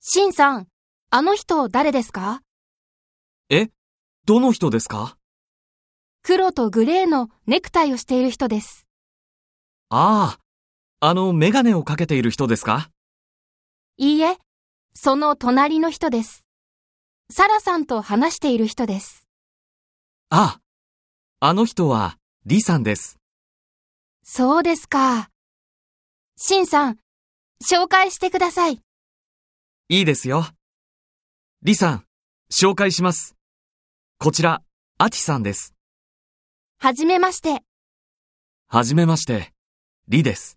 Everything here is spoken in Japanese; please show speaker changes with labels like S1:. S1: しんさん、あの人誰ですか
S2: えどの人ですか
S1: 黒とグレーのネクタイをしている人です。
S2: ああ、あのメガネをかけている人ですか
S1: いいえ、その隣の人です。サラさんと話している人です。
S2: ああ、あの人はリさんです。
S1: そうですか。しんさん、紹介してください。
S2: いいですよ。リさん、紹介します。こちら、アティさんです。
S1: はじめまして。
S2: はじめまして、リです。